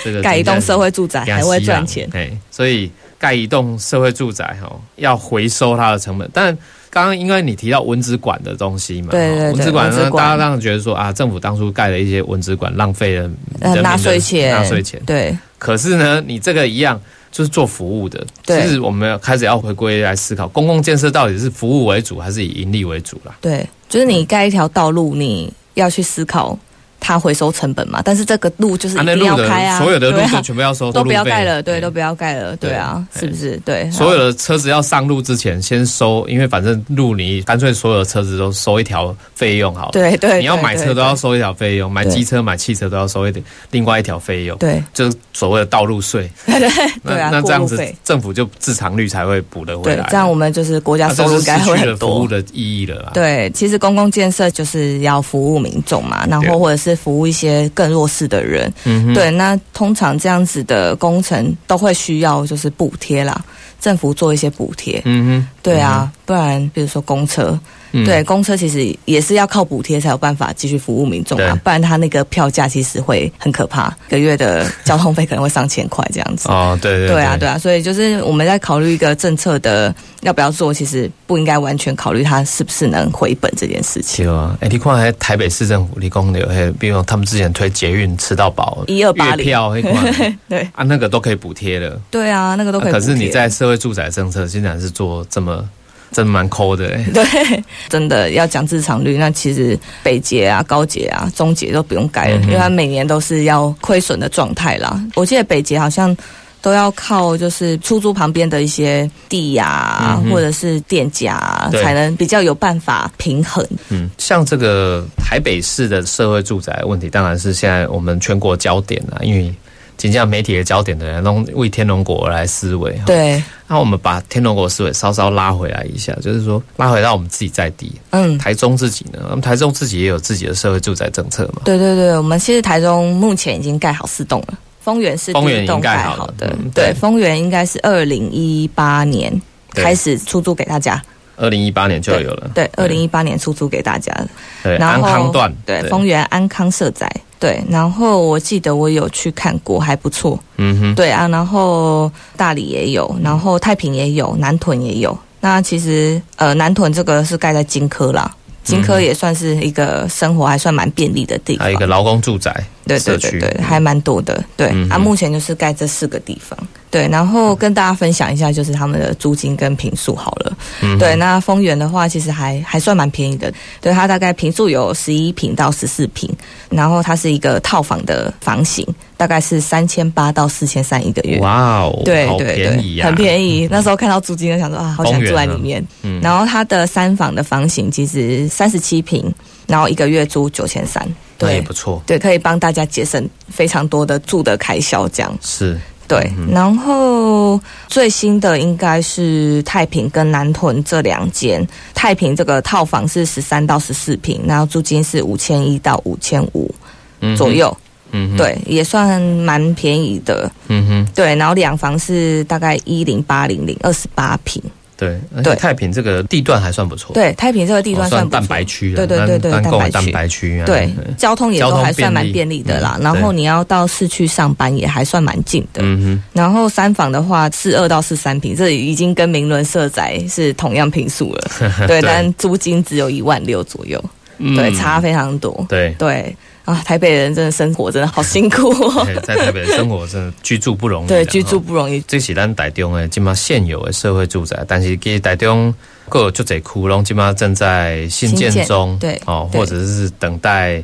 S2: 这个
S3: 盖一栋社会住宅
S2: 真的
S3: 还
S2: 是
S3: 会赚钱，
S2: 哎，所以盖一栋社会住宅哈、哦，要回收它的成本。但刚刚因为你提到蚊子馆的东西嘛，
S3: 对对
S2: 哦
S3: 对
S2: 蚊子馆
S3: 蚊
S2: 呢，
S3: 子馆
S2: 大家让觉得说啊，政府当初盖了一些蚊子馆，浪费了人民
S3: 呃，
S2: 的
S3: 纳税钱，
S2: 纳税钱。
S3: 对
S2: 可是呢，你这个一样就是做服务的，
S3: 对
S2: 其实我们要开始要回归来思考，公共建设到底是服务为主还是以盈利为主啦？
S3: 对，就是你盖一条道路，你要去思考它回收成本嘛，但是这个路就是
S2: 啊
S3: 一
S2: 那
S3: 定
S2: 路
S3: 要
S2: 的
S3: 开啊，
S2: 所有的路
S3: 对啊
S2: 都全部要收
S3: 都不要
S2: 路费
S3: 盖了，对，
S2: 哎
S3: 都不要盖了，对啊，
S2: 对
S3: 是不是？对，
S2: 所有
S3: 好
S2: 的车子要上路之前，先收，因为反正路你干脆所有的车子都收一条费用好了。
S3: 对对，
S2: 你要
S3: 对
S2: 买车
S3: 对
S2: 都要收一条费用，买
S3: 对
S2: 机车、买汽车都要收一点另外一条费用，，
S3: 对
S2: 就是所谓的道路税。 那
S3: 对啊，
S2: 那这
S3: 过
S2: 样
S3: 路
S2: 子
S3: 费，
S2: 政府就自偿率才会补得回
S3: 对
S2: 来。，
S3: 这样我们就是国家
S2: 那
S3: 收入应该
S2: 这
S3: 会
S2: 是失去了
S3: 很
S2: 服务
S3: 多。
S2: 的意义了啦。
S3: 对，其实公共建设就是要服务民众嘛，然
S2: 对
S3: 后或者是服务一些更弱势的人。
S2: 嗯哼，
S3: 对，那通常这样子的工程都会需要就是补贴啦，政府做一些补贴。
S2: 嗯哼，
S3: 对啊，不然比如说公车，
S2: 嗯，
S3: 对，公车其实也是要靠补贴才有办法继续服务民众啊
S2: 对，
S3: 不然它那个票价其实会很可怕，一个月的交通费可能会上千块这样子。
S2: 哦，对对
S3: 对啊，对啊，所以就是我们在考虑一个政策的要不要做，其实不应该完全考虑它是不是能回本这件事情。
S2: 对啊，哎、你看还台北市政府，你讲的，嘿，比如他们之前推捷运吃到饱，
S3: 1280
S2: 月票，嘿，看
S3: 对
S2: 啊，那个都可以补贴了。
S3: 对啊，那个都可以、
S2: 啊是你在社会住宅政策竟然是做这么，真蛮抠的、欸。
S3: 对，真的要讲自偿率，那其实北捷啊、高捷啊、中捷都不用改了，
S2: 嗯哼
S3: 因为它每年都是要亏损的状态啦。我记得北捷好像都要靠就是出租旁边的一些地呀、
S2: 嗯哼
S3: 或者是店家、啊，
S2: 对
S3: 才能比较有办法平衡。
S2: 嗯，像这个台北市的社会住宅问题，当然是现在我们全国焦点啊，因为。仅像媒体的焦点的人，都为天龙国而来思维。，
S3: 对，
S2: 那我们把天龙国思维稍稍拉回来一下，就是说拉回到我们自己在地，
S3: 嗯。
S2: 台中自己呢，我们台中自己也有自己的社会住宅政策嘛。
S3: 对对对，我们其实台中目前已经盖好四栋了，丰原是第
S2: 丰原已
S3: 一
S2: 经
S3: 栋
S2: 盖
S3: 盖
S2: 好
S3: 好
S2: 了
S3: 的，
S2: 嗯对
S3: 对，丰原应该是二零一八年
S2: 对
S3: 开始出租给大家，
S2: 二零一八年就有了，嗯
S3: 对，二零一八年出租给大家的，
S2: 对
S3: 然
S2: 安
S3: 后
S2: 康段，
S3: 对，丰原安康社宅。对，然后我记得我有去看过，还不错。
S2: 嗯哼，
S3: 对啊，然后大理也有，然后太平也有，南屯也有。那其实呃，南屯这个是盖在金科啦，金科也算是一个生活还算蛮便利的地
S2: 嗯还
S3: 方
S2: 有一。个劳工住宅
S3: 对
S2: 社
S3: 对
S2: 区，
S3: 对对，还蛮多的。对、
S2: 嗯
S3: 啊，
S2: 哼嗯
S3: 目前就是盖这四个地方。对，然后跟大家分享一下，就是他们的租金跟平数好了。
S2: 嗯哼
S3: 对，那丰原的话，其实还还算蛮便宜的。对，它大概平数有十一平到十四平，然后它是一个套房的房型，大概是三千八到四千三一个月。
S2: 哇哦，
S3: 对
S2: 好
S3: 对
S2: 便宜嗯
S3: 对，
S2: 呀、
S3: 很
S2: 宜。
S3: 便宜。那时候看到租金就想说啊，好想住在里面。
S2: 嗯
S3: 然后它的三房的房型其实三十七平，然后一个月租九千三，
S2: 那
S3: 对
S2: 也，不错，
S3: 对，可以帮大家节省非常多的住的开销，这样
S2: 是
S3: 对。
S2: 嗯
S3: 然后最新的应该是太平跟南屯这两间，太平这个套房是十三到十四平，然后租金是五千一到五千五
S2: 嗯哼
S3: 左，右，
S2: 嗯哼，
S3: 对，也算蛮便宜的，
S2: 嗯哼，
S3: 对。然后两房是大概一零八零零二十八平，
S2: 对，而且
S3: 对
S2: 太平这个地段还算不错，
S3: 对，太平这个地
S2: 哦，
S3: 段
S2: 算
S3: 算不错
S2: 蛋白区啊，
S3: 对对对对，
S2: 南南贡的
S3: 蛋
S2: 蛋
S3: 白区。
S2: 白区啊，
S3: 对，交通也
S2: 交
S3: 都
S2: 通
S3: 还算蛮
S2: 便
S3: 便
S2: 利
S3: 利的啦。
S2: 嗯
S3: 然后
S2: 对
S3: 你要到市区上班也还算蛮近的。
S2: 嗯
S3: 然后三房的话，四二到四三平，这已经跟明伦社宅是同样平数 了。
S2: 哼，
S3: 对，但租金只有一万六左右，对，
S2: 嗯
S3: 差非常多。
S2: 对。
S3: 对啊，台北人真的生活真的好辛苦 哦。
S2: 对哎在台北生活真的居住不容易啊，
S3: 对，居住
S2: 哦
S3: 不容易。
S2: 这是咱台中诶，即马现有的社会住宅，但是给台中各有足侪窟窿，即马正在新建
S3: 新建
S2: 中，
S3: 对
S2: 哦，
S3: 对
S2: 或者是等待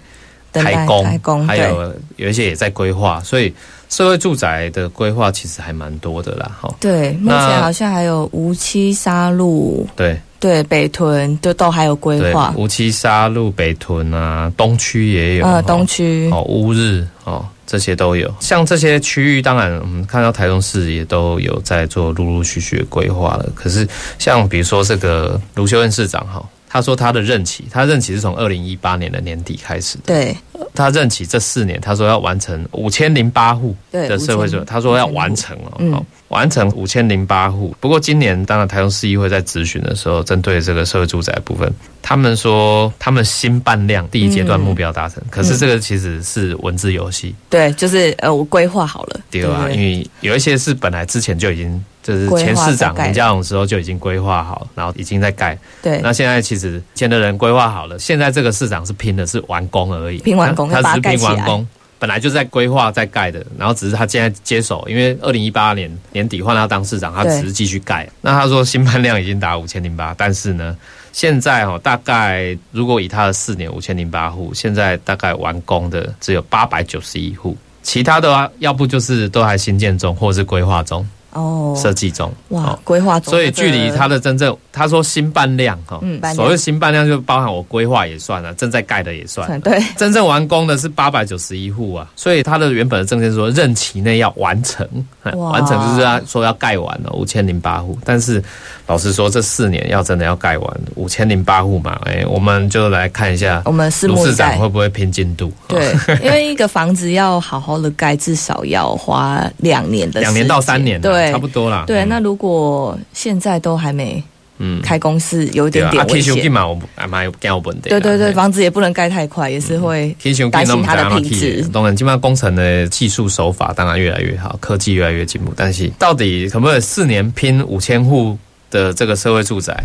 S3: 等待
S2: 开工，
S3: 开工
S2: 还
S3: 对
S2: 有有一些也在规划，所以社会住宅的规划其实还蛮多的啦，哈、
S3: 对，目
S2: 那
S3: 前好像还有无期杀戮，
S2: 对
S3: 对，北屯就都还有规
S2: 对
S3: 划，。
S2: 无期沙路、北屯啊，东区也有，
S3: 呃，
S2: 哈
S3: 东区，
S2: 哦，乌日哦，这些都有。像这些区域，当然我们看到台中市也都有在做陆陆续续的规划了。可是像比如说这个卢修恩市长哈、他说他的任期，他任期是从二零一八年的年底开始的。
S3: 对
S2: 他任期这四年，他说要完成五千零八户
S3: 对
S2: 的社会住
S3: 5000
S2: 宅，他说要完成哦，
S3: 嗯
S2: 哦完成五千零八户。不过今年当然台中市议会在咨询的时候，针对这个社会住宅的部分，他们说他们新办量第一阶段目标达成，可是这个其实是文字游戏，
S3: 对，就是呃，我规划好了，
S2: 对啊，
S3: 不
S2: 因为有一些是本来之前就已经。就是前市长林佳龙时候就已经规划好，然后已经在盖。
S3: 对
S2: 那现在其实前的人规划好了，现在这个市长是拼的是完工而已，
S3: 拼完工
S2: 他
S3: 要把
S2: 他只是拼
S3: 它盖起
S2: 完
S3: 来
S2: 工，本来就在规划在盖的，然后只是他现在接手，因为二零一八年年底换他当市长，他
S3: 对
S2: 只是继续盖。那他说新判量已经达五千零八，但是呢，现在哦，大概如果以他的四年五千零八户，现在大概完工的只有八百九十一户，其他的啊，要不就是都还新建中，或是规划中、
S3: 哦，
S2: 设计中。
S3: 哇
S2: 哦，
S3: 规划中，
S2: 所以距离他的真正，他说新办量哈，
S3: 嗯办量
S2: 所谓新办量就包含我规划也算了，啊正在盖的也算了，
S3: 对
S2: 真正完工的是八百九十一户啊，所以他的原本的证件说任期内要完成，嗯
S3: 哇
S2: 完成就是他说要盖完了五千零八户，但是老实说，这四年要真的要盖完五千零八户嘛，哎、我们就来看一下
S3: 我们拭
S2: 卢
S3: 目
S2: 市
S3: 以
S2: 长
S3: 待
S2: 会。不会拼进度？
S3: 对，因为一个房子要好好的盖，至少要花两年的时间，
S2: 两年到三年啊，
S3: 对，
S2: 差不多啦。
S3: 对，
S2: 嗯
S3: 那如果现在都还没
S2: 嗯
S3: 开工，是有一
S2: 对
S3: 点
S2: 啊，
S3: 点危
S2: 起
S3: 险。
S2: 嘛，啊我阿妈有惊有问题啦。
S3: 对对对，
S2: 嘿
S3: 房子也不能盖太快，也是会
S2: 天雄
S3: 担心它的品质。
S2: 当然，基本上工程的技术手法当然越来越好，科技越来越进步。但是到底可不可以四年拼五千户的这个社会住宅，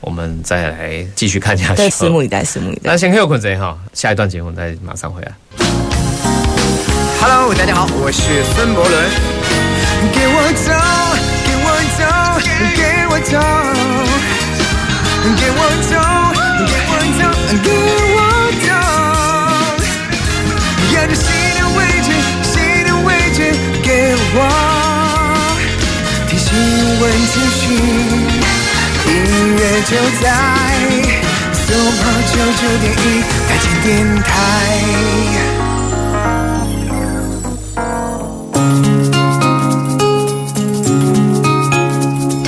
S2: 我们再来继续看下去
S3: 对，。拭目以待，拭目以
S2: 那
S3: 待。
S2: 先休困一下哈，下一段节目再马上回来。
S5: Hello，大家好，我是孙伯伦。给我走，给我走，给我走，给我走，给我走，给我走。沿着新的位置，新的位置，给我。听新闻资讯，音乐就在 Super 九九点一台青电台。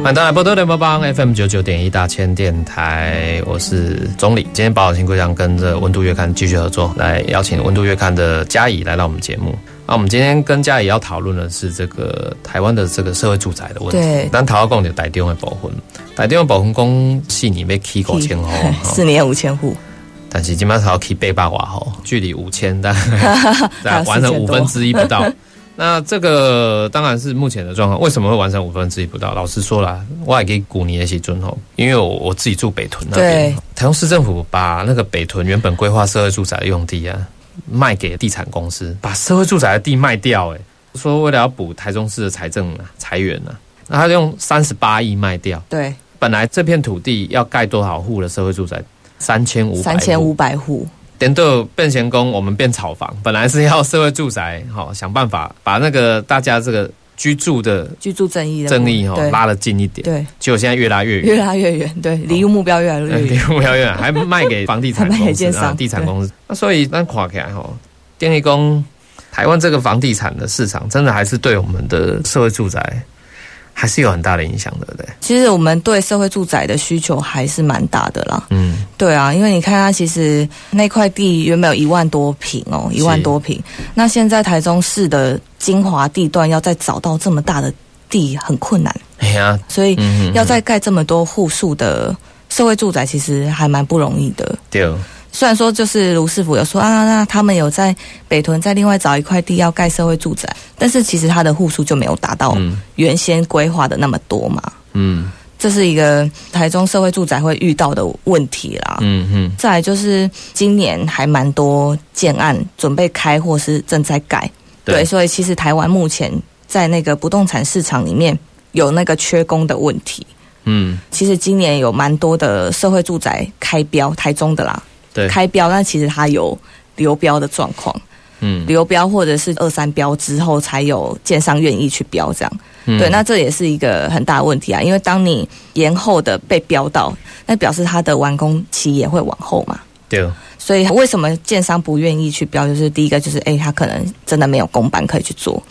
S2: 欢迎大家波多联播帮 FM 九九点一大千电台，我是钟理。今天宝岛新故乡跟着温度月刊继续合作，来邀请温度月刊的嘉怡来到我们节目。那、我们今天跟嘉怡要讨论的是这个台湾的这个社会住宅的问题
S3: 对。
S2: 咱头讲就台中的部分，台中的部分讲四年要起五千户，
S3: 四年五千户，
S2: 但是今麦才起八百瓦吼，距离五千大概大概完成五分之一不到。 那这个当然是目前的状况，为什么会完成五分之一不到？老实说啦，我也给古尼的喜尊吼，因为我我自己住北屯那边
S3: 对，
S2: 台中市政府把那个北屯原本规划社会住宅的用地啊，卖给地产公司，把社会住宅的地卖掉、欸，说为了要补台中市的财政啊财源啊，那他就用三十八亿卖掉。
S3: 对，
S2: 本来这片土地要盖多少户的社会住宅？三千五百
S3: 三千五百户，
S2: 等到变闲工，我们变炒房，本来是要社会住宅，好、想办法把那个大家这个居住的
S3: 居住正义的
S2: 正义
S3: 部
S2: 哦
S3: 分对
S2: 拉得哦近一点，
S3: 对，
S2: 结果现在越拉越远，哎
S3: 越拉越远，对，离目标越来越
S2: 离
S3: 远。
S2: 目标越远，还卖给房地产
S3: 还卖
S2: 公
S3: 给
S2: 司
S3: 建
S2: 啊，
S3: 商
S2: 地产公司。那所以咱看起来吼，电力工台湾这个房地产的市场，真的还是对我们的社会住宅还是有很大的影响的，对不对？
S3: 其实我们对社会住宅的需求还是蛮大的啦。
S2: 嗯，
S3: 对啊，因为你看它其实那块地原本有一万多平哦，一万多平。那现在台中市的精华地段要再找到这么大的地很困难，
S2: 哎呀，
S3: 所以
S2: 嗯嗯嗯
S3: 要再盖这么多户数的社会住宅，其实还蛮不容易的。
S2: 对，
S3: 虽然说就是卢师傅有说啊，那他们有在北屯再另外找一块地要盖社会住宅，但是其实它的户数就没有达到
S2: 嗯
S3: 原先规划的那么多嘛。
S2: 嗯
S3: 这是一个台中社会住宅会遇到的问题啦。
S2: 嗯嗯，
S3: 再来就是今年还蛮多建案准备开或是正在盖，对，所以其实台湾目前在那个不动产市场里面有那个缺工的问题，
S2: 嗯，
S3: 其实今年有蛮多的社会住宅开标，台中的啦，
S2: 对，
S3: 开标，但其实它有流标的状况，
S2: 嗯
S3: 流标或者是二三标之后才有建商愿意去标这样。
S2: 嗯
S3: 对，那这也是一个很大的问题啊，因为当你延后的被标到，那表示它的完工期也会往后嘛。
S2: 对，
S3: 所以为什么建商不愿意去标？就是第一个就是，诶，他哎可能真的没有公班可以去做，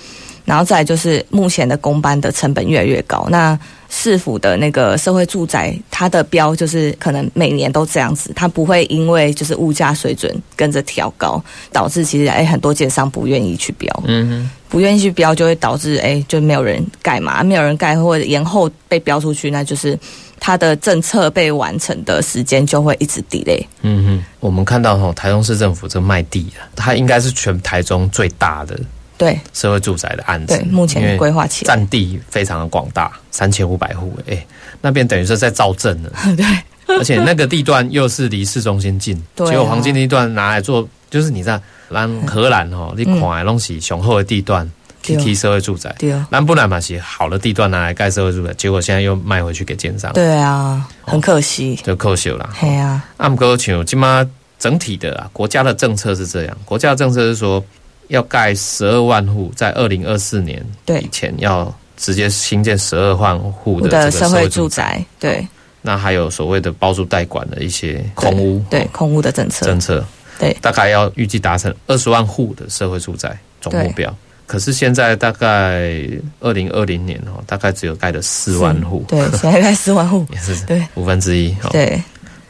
S3: 然后再来就是目前的公班的成本越来越高。那市府的那个社会住宅，它的标就是可能每年都这样子，它不会因为就是物价水准跟着调高，导致其实诶很多建商不愿意去标，
S2: 嗯哼，
S3: 不愿意去标就会导致诶就没有人盖嘛，没有人盖或者延后被标出去，那就是它的政策被完成的时间就会一直 delay。
S2: 嗯哼，我们看到哈，台中市政府这卖地啊，它应该是全台中最大的
S3: 对，
S2: 社会住宅的案子
S3: 对，，目前规划起来，
S2: 占地非常的广大，三千五百户，哎、那边等于是在造镇了，
S3: 对，
S2: 而且那个地段又是离市中心近，
S3: 对啊
S2: 结果黄金地段拿来做，就是你知道，咱荷兰哦，你看的拢是雄厚的地段，去
S3: 嗯对
S2: 起社会住宅。
S3: 对啊，
S2: 咱本来嘛是好的地段拿来盖社会住宅，结果现在又卖回去给建商，
S3: 对啊，很可惜，
S2: 就扣修啦。
S3: 嘿啊，
S2: 啊，不过像今嘛整体的啊，国家的政策是这样，国家的政策是说要盖十二万户，在二零二四年以
S3: 对，
S2: 前要直接新建十二万户
S3: 我
S2: 的这
S3: 的
S2: 个
S3: 社
S2: 社
S3: 会
S2: 会
S3: 住
S2: 住宅，
S3: 宅，对
S2: 那还有所谓的包租代管的一些空屋
S3: 对
S2: 哦
S3: 空屋的政策
S2: 政，策，
S3: 对
S2: 大概要预计达成二十万户的社会住宅总目
S3: 对
S2: 标。可是现在大概二零二零年哦，大概只有盖了四万户，，
S3: 对，现在在四万户
S2: 也是
S3: 对
S2: 五分之一。哦，
S3: 对，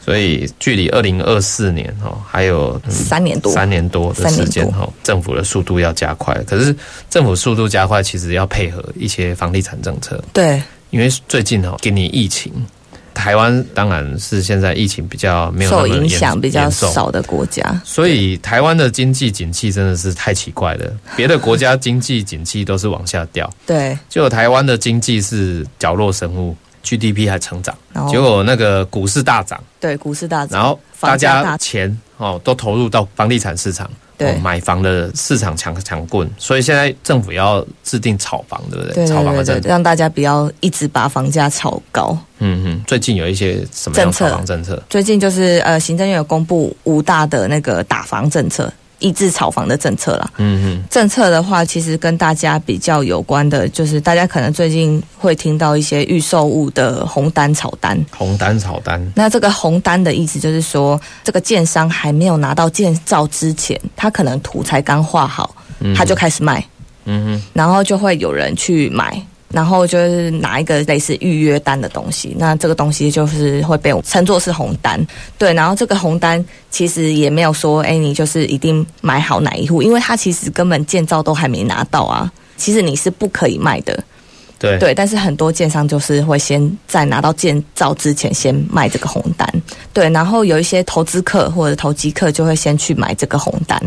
S2: 所以距离二零二四年哦，还有嗯
S3: 三年多，
S2: 三年多的时间哈，政府的速度要加快。可是政府速度加快，其实要配合一些房地产政策，
S3: 对
S2: 因为最近哈，给你疫情，台湾当然是现在疫情比较没有那
S3: 受
S2: 么
S3: 影
S2: 严
S3: 响比较
S2: 严重
S3: 少的国家，
S2: 所以台湾的经济景气真的是太奇怪 了，别的国家经济景气都是往下掉，
S3: 对，
S2: 结果台湾的经济是角落生物，GDP 还成长，
S3: 然后
S2: 结果那个股市大涨。
S3: 对股市大
S2: 然
S3: 涨，
S2: 后大
S3: 房价大
S2: 家钱哦都投入到房地产市场，
S3: 对
S2: 哦买房的市场强强棍，所以现在政府要制定炒房，对不对？
S3: 对
S2: 炒房的
S3: 对
S2: 政
S3: 对
S2: 策
S3: 对，，让大家不要一直把房价炒高。
S2: 嗯嗯，最近有一些什么样的炒房政策？
S3: 最近就是呃，行政院有公布五大的那个打房政策，抑制炒房的政策啦。
S2: 嗯嗯，
S3: 政策的话，其实跟大家比较有关的，就是大家可能最近会听到一些预售物的红单炒单。
S2: 红单炒单，
S3: 那这个红单的意思就是说，这个建商还没有拿到建造之前，他可能图才刚画好，他就开始卖，
S2: 嗯
S3: 然后就会有人去买。然后就是拿一个类似预约单的东西，那这个东西就是会被我称作是红单，对。然后这个红单其实也没有说，哎，你就是一定买好哪一户，因为他其实根本建造都还没拿到啊，其实你是不可以卖的，
S2: 哼，对
S3: 对，但是很多建商就是会先在拿到建造之前先卖这个红单，对，然后有一些投资客或者投机客就会先去买这个红单，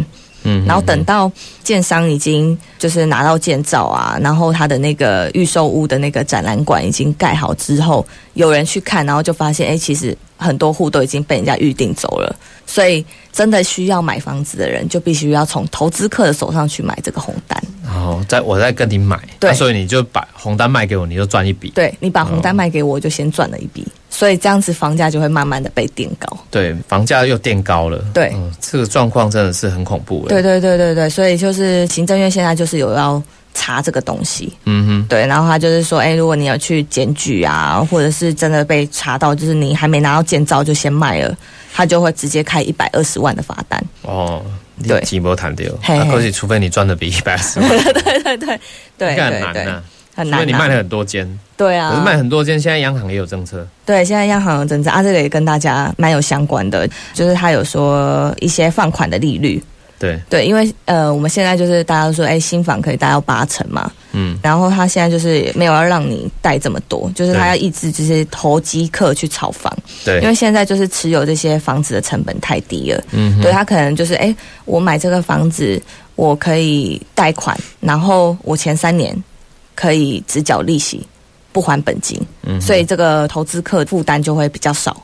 S2: 嗯，
S3: 然后等到建商已经就是拿到建造啊，然后他的那个预售屋的那个展览馆已经盖好之后，有人去看，然后就发现，哎，其实很多户都已经被人家预定走了，所以真的需要买房子的人就必须要从投资客的手上去买这个红单。
S2: 然后再我再跟你买，
S3: 对
S2: 那所以你就把红单卖给我，你就赚一笔，
S3: 对你把
S2: 哦
S3: 红单卖给我，就先赚了一笔，所以这样子房价就会慢慢的被垫高。
S2: 对，房价又垫高了，
S3: 对
S2: 嗯，这个状况真的是很恐怖，欸
S3: 对，对对对对，所以就是行政院现在就是有要查这个东西，
S2: 嗯哼，
S3: 对，然后他就是说，哎，如果你有去检举啊，或者是真的被查到，就是你还没拿到建造就先卖了，他就会直接开一百二十万的罚单。
S2: 哦，你
S3: 对
S2: 几波谈掉，
S3: 嘿嘿
S2: 啊可是除非你赚的比一百二十万， 对
S3: 对对对
S2: 很
S3: 对
S2: 难
S3: 对
S2: 呐，，
S3: 很
S2: 因为
S3: 难
S2: 你
S3: 啊
S2: 卖了很多间，
S3: 对
S2: 可是卖
S3: 啊，
S2: 很多间，现在央行也有政策，
S3: 对，现在央行有政策啊，这个也跟大家蛮有相关的，就是他有说一些放款的利率，
S2: 对，
S3: 对，因为呃，我们现在就是大家都说，哎，新房可以贷到八成嘛，
S2: 嗯，
S3: 然后他现在就是没有要让你贷这么多，就是
S2: 对
S3: 他要抑制就是投机客去炒房，
S2: 对，
S3: 因为现在就是持有这些房子的成本太低了，
S2: 嗯哼
S3: 对他可能就是，哎，我买这个房子我可以贷款，然后我前三年可以只缴利息，不还本金，
S2: 嗯哼
S3: 所以这个投资客负担就会比较少。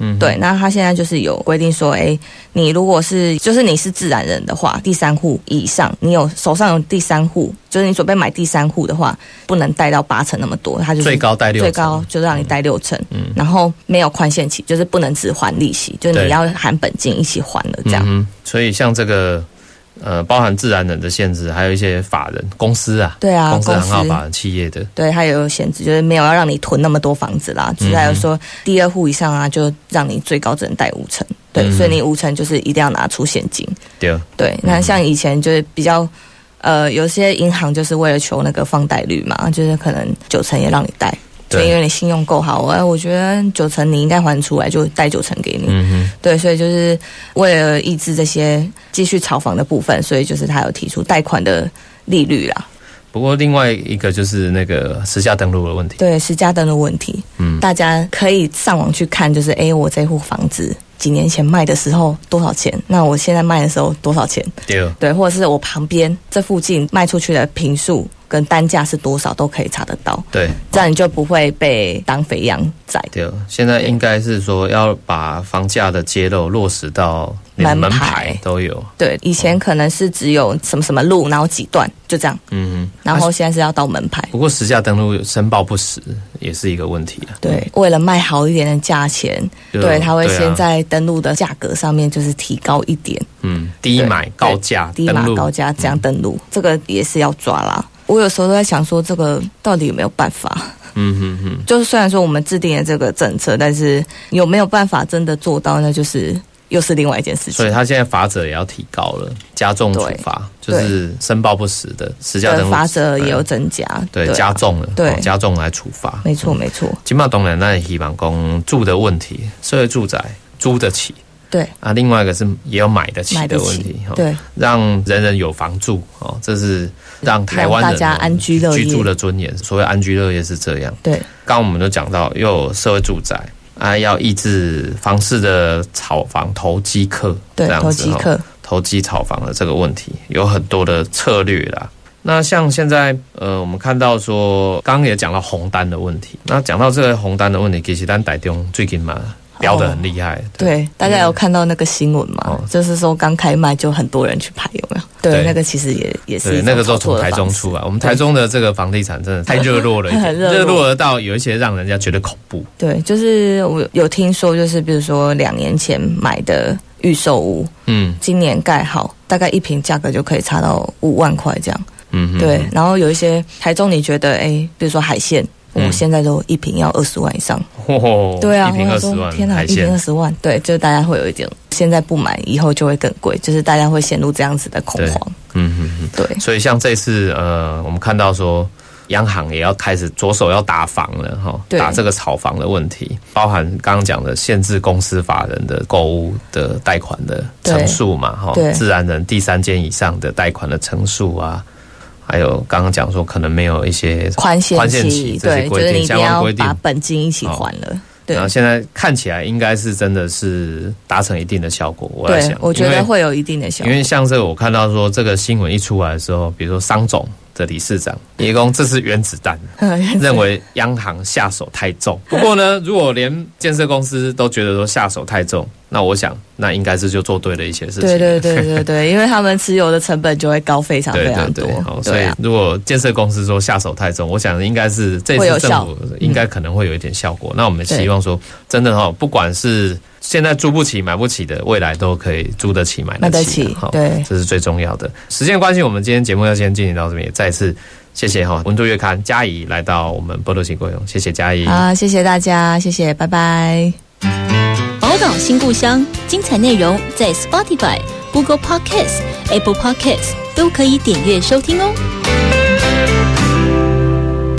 S2: 嗯，
S3: 对，那他现在就是有规定说，哎，你如果是就是你是自然人的话，第三户以上，你有手上有第三户，就是你准备买第三户的话，不能贷到八成那么多，他就是
S2: 最高贷六成
S3: 最高就让你贷六成，
S2: 嗯
S3: 然后没有宽限期，就是不能只还利息，就是
S2: 对
S3: 你要含本金一起还了这样。
S2: 嗯哼，所以像这个呃，包含自然人的限制，还有一些法人公司啊，
S3: 对啊
S2: 公司
S3: 公
S2: 很
S3: 司
S2: 好法人企业的，
S3: 对，还有限制，就是没有要让你囤那么多房子
S2: 嗯
S3: 啦，就是还有说第二户以上啊，就让你最高只能贷五成，对，
S2: 嗯
S3: 所以你五成就是一定要拿出现金。
S2: 对，
S3: 对，那像以前就是比较，呃，有些银行就是为了求那个放贷率嘛，就是可能九成也让你贷，
S2: 对
S3: 所以因为你信用够好，哎，我觉得九成你应该还出来，就贷九成给你。
S2: 嗯哼，
S3: 对，所以就是为了抑制这些继续炒房的部分，所以就是他有提出贷款的利率啦，
S2: 不过另外一个就是那个私下登录的问题，
S3: 对，实价登录问题，
S2: 嗯
S3: 大家可以上网去看，就是哎，我这户房子几年前卖的时候多少钱，那我现在卖的时候多少钱，
S2: 对，
S3: 对，或者是我旁边这附近卖出去的平数跟单价是多少都可以查得到，
S2: 对。
S3: 这样你就不会被当肥羊宰。
S2: 对，现在应该是说要把房价的揭露落实到连门
S3: 门牌
S2: 牌都有，
S3: 对，以前可能是只有什么什么路，然后几段就这样，
S2: 嗯哼。
S3: 然后
S2: 啊哦
S3: 现在是要到门牌。
S2: 不过实价登录申报不实也是一个问题啊。
S3: 对，为了卖好一点的价钱，
S2: 就
S3: 对，他会
S2: 对啊
S3: 先在登录的价格上面就是提高一点，
S2: 嗯，低
S3: 对
S2: 买高价
S3: 低
S2: 登
S3: 码
S2: 录，嗯
S3: 高价这样登录，这个也是要抓啦。我有时候都在想说，这个到底有没有办法？
S2: 嗯哼哼，
S3: 就是虽然说我们制定了这个政策，但是有没有办法真的做到，那就是又是另外一件事
S2: 所以
S3: 情。
S2: 他现在罚则也要提高了，加重处
S3: 对
S2: 罚，就是申报不实的实价登
S3: 对，
S2: 录
S3: 罚则也有
S2: 嗯
S3: 增加，
S2: 对
S3: 啊
S2: 加，重了，
S3: 对
S2: 哦加重来处罚，
S3: 没错没错，
S2: 金马东人那也希望讲住的问题，社会住宅租得起
S3: 对，
S2: 啊，另外一个是也有买得起
S3: 买
S2: 的
S3: 得
S2: 问
S3: 起
S2: 题，哦，
S3: 对
S2: 让人人有房住哦，这是让台湾人
S3: 让大家
S2: 哦
S3: 安居乐业
S2: 居住的尊严。所谓安居乐业是这样。
S3: 对
S2: 刚刚我们都讲到，又有社会住宅啊，要抑制房市的炒房投机客，
S3: 对
S2: 这，样
S3: 投
S2: 子
S3: 机
S2: 哦
S3: 客，
S2: 投机炒房的这个问题，有很多的策略啦。那像现在，呃，我们看到说，刚刚也讲到红单的问题。那讲到这个红单的问题，其实咱台中最近
S3: 哦
S2: 嘛飙得很厉害，
S3: 对，大家有看到那个新闻吗
S2: 哦？
S3: 就是说刚开卖就很多人去排，有没有？对
S2: 对，
S3: 那个其实也也是
S2: 对，
S3: 一种
S2: 那个时候
S3: 炒作
S2: 从
S3: 的
S2: 台中
S3: 方式
S2: 出来，我们台中的这个房地产真的 太热络了一点，
S3: 很热络
S2: 热络到有一些让人家觉得恐怖。
S3: 对，就是我有听说，就是比如说两年前买的预售屋，
S2: 嗯
S3: 今年盖好，大概一平价格就可以差到五万块这样。
S2: 嗯哼，
S3: 对，然后有一些台中，你觉得哎，比如说海鲜，我、
S2: 嗯
S3: 现在都一瓶要二十万以上，
S2: 嚯
S3: 对啊，
S2: 一瓶
S3: 我
S2: 二
S3: 想
S2: 十
S3: 说
S2: 万
S3: 天
S2: 海
S3: 一瓶
S2: 鲜
S3: 二，十万，对，就是大家会有一点，现在不买，以后就会更贵，就是大家会陷入这样子的恐
S2: 对
S3: 慌，
S2: 嗯哼哼。
S3: 对，
S2: 所以像这次呃，我们看到说，央行也要开始着手要打房了哈，
S3: 对
S2: 打这个炒房的问题，包含刚刚讲的限制公司法人的购物的贷款的成数嘛哈
S3: 对，
S2: 自然人第三间以上的贷款的成数啊。还有刚刚讲说，可能没有一些
S3: 宽限
S2: 宽限期
S3: 期，
S2: 这些
S3: 对，就
S2: 规
S3: 是
S2: 定，
S3: 你一定
S2: 相关
S3: 要
S2: 规定
S3: 把本金一起还了，对
S2: 然。后现在看起来应该是真的是达成一定的效果，我在
S3: 对
S2: 想，，
S3: 我觉
S2: 因为
S3: 得会有一定的效
S2: 因
S3: 果。
S2: 为像这个，我看到说这个新闻一出来的时候，比如说商总的理事长也公这是原子弹， 认为央行下手太重。 不过呢，如果连建设公司都觉得说下手太重，那我想那应该是就做对了一些事情。
S3: 对对对对对，因为他们持有的成本就会高非常
S2: 对
S3: 非
S2: 对
S3: 常多
S2: 对，好，，所
S3: 对
S2: 以
S3: 啊，
S2: 如果建设公司说下手太重，我想应该是这
S3: 会
S2: 次
S3: 有
S2: 政
S3: 效嗯
S2: 府应该可能会有一点效果。那我们希望说，真的哈、不管是现在租不起、买不起的，未来都可以租得起、买
S3: 买
S2: 得
S3: 得
S2: 起的。
S3: 起
S2: 好
S3: 对
S2: 这是最重要的。时间关系，我们今天节目要先进行到这边，也再次谢谢哈、温度月刊嘉怡来到我们波多奇国用，谢谢嘉怡。
S3: 啊，谢谢大家，谢谢，拜拜。
S6: 宝岛新故乡，精彩内容在 Spotify、Google Podcasts、Apple Podcasts 都可以点阅收听哦。